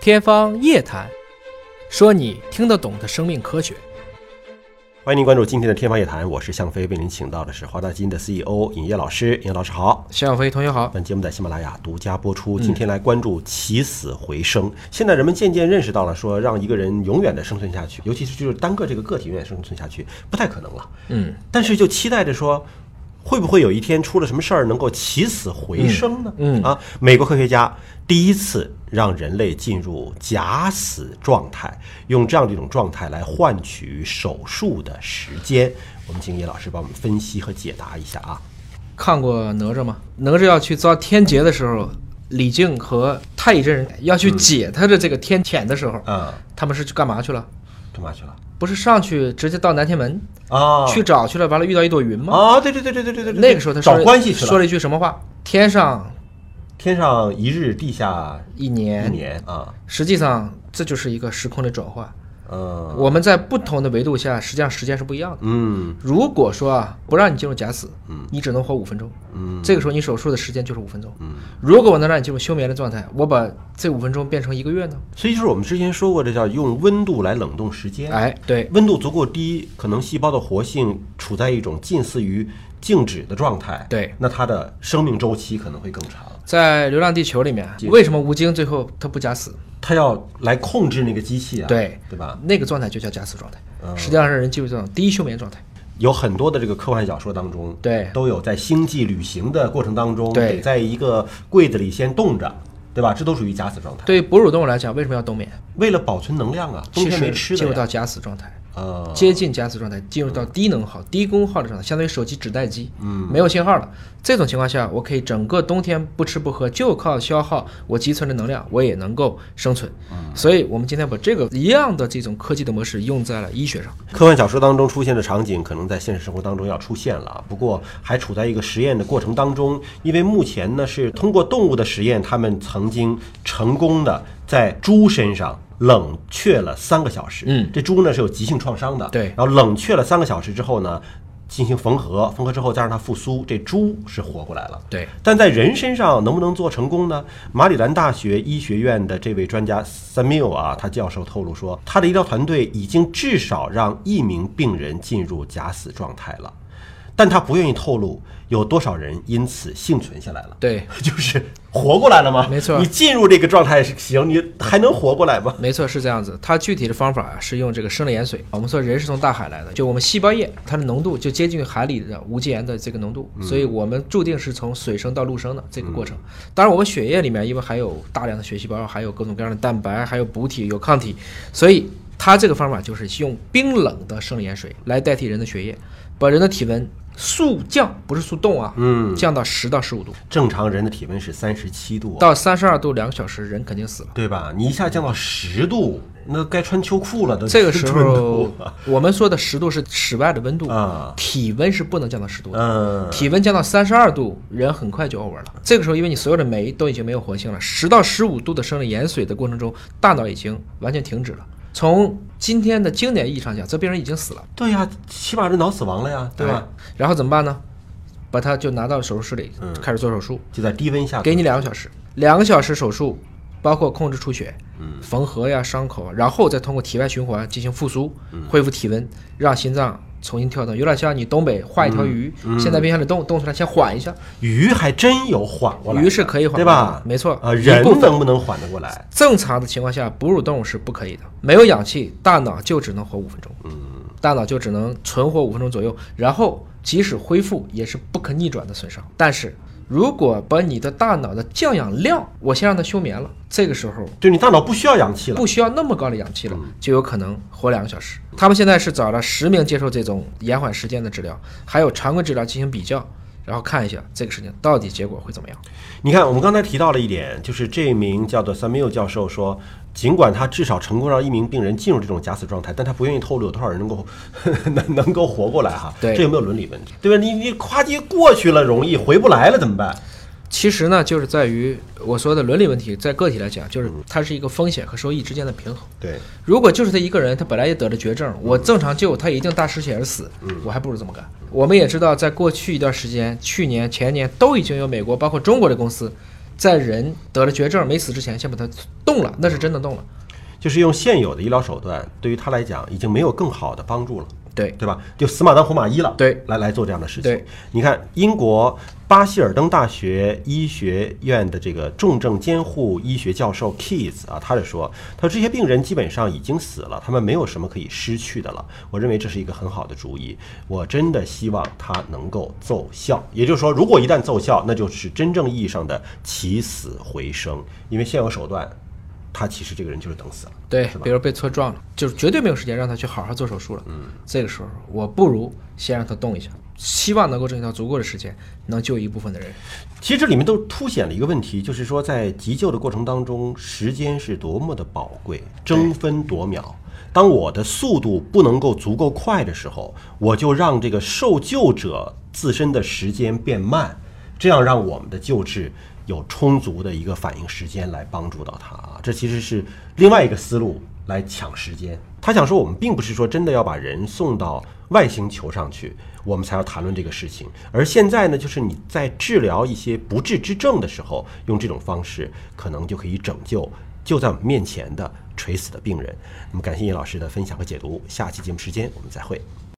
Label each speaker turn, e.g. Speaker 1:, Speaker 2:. Speaker 1: 天方夜谭，说你听得懂的生命科学。
Speaker 2: 欢迎您关注今天的《天方夜谭》，我是向飞，为您请到的是华大基因的 CEO 尹烨老师。尹烨老师好，
Speaker 1: 向飞同学好，
Speaker 2: 本节目在喜马拉雅独家播出。今天来关注起死回生。现在人们渐渐认识到了，说让一个人永远的生存下去，尤其是就是单个这个个体永远生存下去不太可能了。
Speaker 1: 嗯，
Speaker 2: 但是就期待着说，会不会有一天出了什么事儿能够起死回生呢？
Speaker 1: 嗯嗯
Speaker 2: 啊，美国科学家第一次让人类进入假死状态，用这样的一种状态来换取手术的时间。我们请叶老师帮我们分析和解答一下啊。
Speaker 1: 看过哪吒吗？哪吒要去遭天劫的时候，李靖和太乙真人要去解他的这个天谴的时候，
Speaker 2: 嗯，
Speaker 1: 他们是去干嘛去了？
Speaker 2: 干嘛去了？
Speaker 1: 不是上去直接到南天门、
Speaker 2: 啊，
Speaker 1: 去找去了，完了遇到一朵云吗？
Speaker 2: 啊，对对对对对对对，对
Speaker 1: 那个时候他说
Speaker 2: 找
Speaker 1: 了
Speaker 2: 关系去
Speaker 1: 说
Speaker 2: 了。
Speaker 1: 了一句什么话？天上
Speaker 2: 天上一日，地下
Speaker 1: 一
Speaker 2: 一
Speaker 1: 年，
Speaker 2: 年啊，
Speaker 1: 实际上这就是一个时空的转换。
Speaker 2: 嗯
Speaker 1: 我们在不同的维度下，实际上时间是不一样的。
Speaker 2: 嗯
Speaker 1: 如果说啊，不让你进入假死，
Speaker 2: 嗯
Speaker 1: 你只能活五分钟，
Speaker 2: 嗯
Speaker 1: 这个时候你手术的时间就是五分钟。
Speaker 2: 嗯。
Speaker 1: 如果我能让你进入休眠的状态，我把这五分钟变成一个月呢？
Speaker 2: 所以就是我们之前说过的，叫用温度来冷冻时间。
Speaker 1: 哎，对，
Speaker 2: 温度足够低，可能细胞的活性处在一种近似于静止的状态。
Speaker 1: 对，
Speaker 2: 那它的生命周期可能会更长。
Speaker 1: 在《流浪地球》里面，为什么吴京最后他不假死？
Speaker 2: 它要来控制那个机器啊，
Speaker 1: 对
Speaker 2: 对吧？
Speaker 1: 那个状态就叫假死状态，
Speaker 2: 嗯
Speaker 1: 实际上让人进入这种低休眠状态。
Speaker 2: 有很多的这个科幻小说当中，
Speaker 1: 对
Speaker 2: 都有在星际旅行的过程当中，
Speaker 1: 对
Speaker 2: 得在一个柜子里先冻着，对吧？这都属于假死状态。
Speaker 1: 对于哺乳动物来讲，为什么要冬眠？
Speaker 2: 为了保存能量啊，冬
Speaker 1: 其
Speaker 2: 天
Speaker 1: 实
Speaker 2: 没吃
Speaker 1: 进入
Speaker 2: 的呀。
Speaker 1: 到假死状态，
Speaker 2: 呃，
Speaker 1: 接近假死状态，进入到低能耗、低功耗的状态，相当于手机只待机，嗯，没有信号了。这种情况下，我可以整个冬天不吃不喝，就靠消耗我积存的能量，我也能够生存。所以我们今天把这个一样的这种科技的模式用在了医学上。
Speaker 2: 科幻小说当中出现的场景，可能在现实生活当中要出现了啊，不过还处在一个实验的过程当中。因为目前呢是通过动物的实验，他们曾经成功的在猪身上冷却了三个小时。
Speaker 1: 嗯，
Speaker 2: 这猪呢是有急性创伤的，
Speaker 1: 对
Speaker 2: 然后冷却了三个小时之后呢，进行缝合，缝合之后再让它复苏，这猪是活过来了。
Speaker 1: 对，
Speaker 2: 但在人身上能不能做成功呢？马里兰大学医学院的这位专家 Samuel 啊，他教授透露说，他的医疗团队已经至少让一名病人进入假死状态了，但他不愿意透露有多少人因此幸存下来了。
Speaker 1: 对，
Speaker 2: 就是活过来了吗？
Speaker 1: 没错
Speaker 2: 你进入这个状态是行，你还能活过来吗？
Speaker 1: 没错，是这样子。它具体的方法啊，是用这个生理盐水。我们说人是从大海来的，就我们细胞液，它的浓度就接近海里的无机盐的这个浓度，所以我们注定是从水生到陆生的这个过程。当然，我们血液里面因为含有大量的血细胞，还有各种各样的蛋白，还有补体、有抗体，所以它这个方法就是用冰冷的生理盐水来代替人的血液，把人的体温速降，不是速冻啊，
Speaker 2: 嗯，
Speaker 1: 降到十到十五度，
Speaker 2: 正常人的体温是三十七度啊，
Speaker 1: 到三十二度两个小时，人肯定死了。
Speaker 2: 对吧？你一下降到十度，那该穿秋裤了都。
Speaker 1: 这个时
Speaker 2: 穿秋啊
Speaker 1: 候
Speaker 2: 裤，
Speaker 1: 我们说的十度是室外的温度，
Speaker 2: 啊，
Speaker 1: 体温是不能降到十度的。
Speaker 2: 嗯，
Speaker 1: 体温降到三十二度，人很快就 over 了。这个时候，因为你所有的酶都已经没有活性了，十到十五度的生理盐水的过程中，大脑已经完全停止了。从今天的经典意义上讲，这病人已经死了，
Speaker 2: 对呀，起码是脑死亡了呀，对嗯吧？
Speaker 1: 哎？然后怎么办呢？把他就拿到手术室里，开始做手术，
Speaker 2: 就在低温下
Speaker 1: 给你两个小时，两个小时手术，包括控制出血、
Speaker 2: 嗯
Speaker 1: 缝合呀、伤口啊，然后再通过体外循环进行复苏，
Speaker 2: 嗯
Speaker 1: 恢复体温，让心脏重新跳动，有点像你东北画一
Speaker 2: 嗯
Speaker 1: 条鱼，现在冰箱里冻冻出来，先缓一下，
Speaker 2: 鱼还真有缓过来的，
Speaker 1: 鱼是可以缓
Speaker 2: 对
Speaker 1: 过来
Speaker 2: 吧
Speaker 1: 的？没错
Speaker 2: 啊，
Speaker 1: 一
Speaker 2: 人
Speaker 1: 部分
Speaker 2: 能不能缓得过来？
Speaker 1: 正常的情况下，哺乳动物是不可以的，没有氧气，大脑就只能活五分钟，大脑就只能存活五分钟左右，然后即使恢复也是不可逆转的损伤。但是如果把你的大脑的降氧量，我先让它休眠了，这个时候
Speaker 2: 就你大脑不需要氧气了，
Speaker 1: 不需要那么高的氧气了，就有可能活两个小时。他们现在是找了十名接受这种延缓时间的治疗，还有常规治疗进行比较，然后看一下这个事情到底结果会怎么样。
Speaker 2: 你看，我们刚才提到了一点，就是这名叫做 Samuel 教授说，尽管他至少成功让一名病人进入这种假死状态，但他不愿意透露有多少人能够 能能够活过来哈。
Speaker 1: 对
Speaker 2: 这有没有伦理问题？对吧？你你夸叽过去了容易，回不来了怎么办？
Speaker 1: 其实呢，就是在于我说的伦理问题，在个体来讲，就是
Speaker 2: 嗯
Speaker 1: 它是一个风险和收益之间的平衡。
Speaker 2: 对，
Speaker 1: 如果就是他一个人，他本来也得了绝
Speaker 2: 嗯
Speaker 1: 症，我正常救他一定大失血而死，我还不如这么干。我们也知道，在过去一段时间，去年、前年都已经有美国包括中国的公司在人得了绝症没死之前，先把它动了，那是真的动了。
Speaker 2: 嗯就是用现有的医疗手段，对于他来讲已经没有更好的帮助了。
Speaker 1: 对，
Speaker 2: 对吧？就死马当活马医了，
Speaker 1: 对，
Speaker 2: 来来做这样的事情
Speaker 1: 对。
Speaker 2: 你看，英国巴希尔登大学医学院的这个重症监护医学教授 Keys 啊，他是说，他说这些病人基本上已经死了，他们没有什么可以失去的了。我认为这是一个很好的主意，我真的希望它能够奏效。也就是说，如果一旦奏效，那就是真正意义上的起死回生，因为现有手段，他其实这个人就是等死了。
Speaker 1: 对
Speaker 2: 是吧，
Speaker 1: 比如被车撞了，就是绝对没有时间让他去好好做手术了。嗯，这个时候我不如先让他动一下，希望能够争取到足够的时间，能救一部分的人。
Speaker 2: 其实这里面都凸显了一个问题，就是说在急救的过程当中，时间是多么的宝贵，争分夺秒。当我的速度不能够足够快的时候，我就让这个受救者自身的时间变慢，这样让我们的救治有充足的一个反应时间来帮助到他啊。这其实是另外一个思路来抢时间。他想说，我们并不是说真的要把人送到外星球上去，我们才要谈论这个事情。而现在呢，就是你在治疗一些不治之症的时候，用这种方式，可能就可以拯救就在我们面前的垂死的病人。那么，感谢叶老师的分享和解读，下期节目时间我们再会。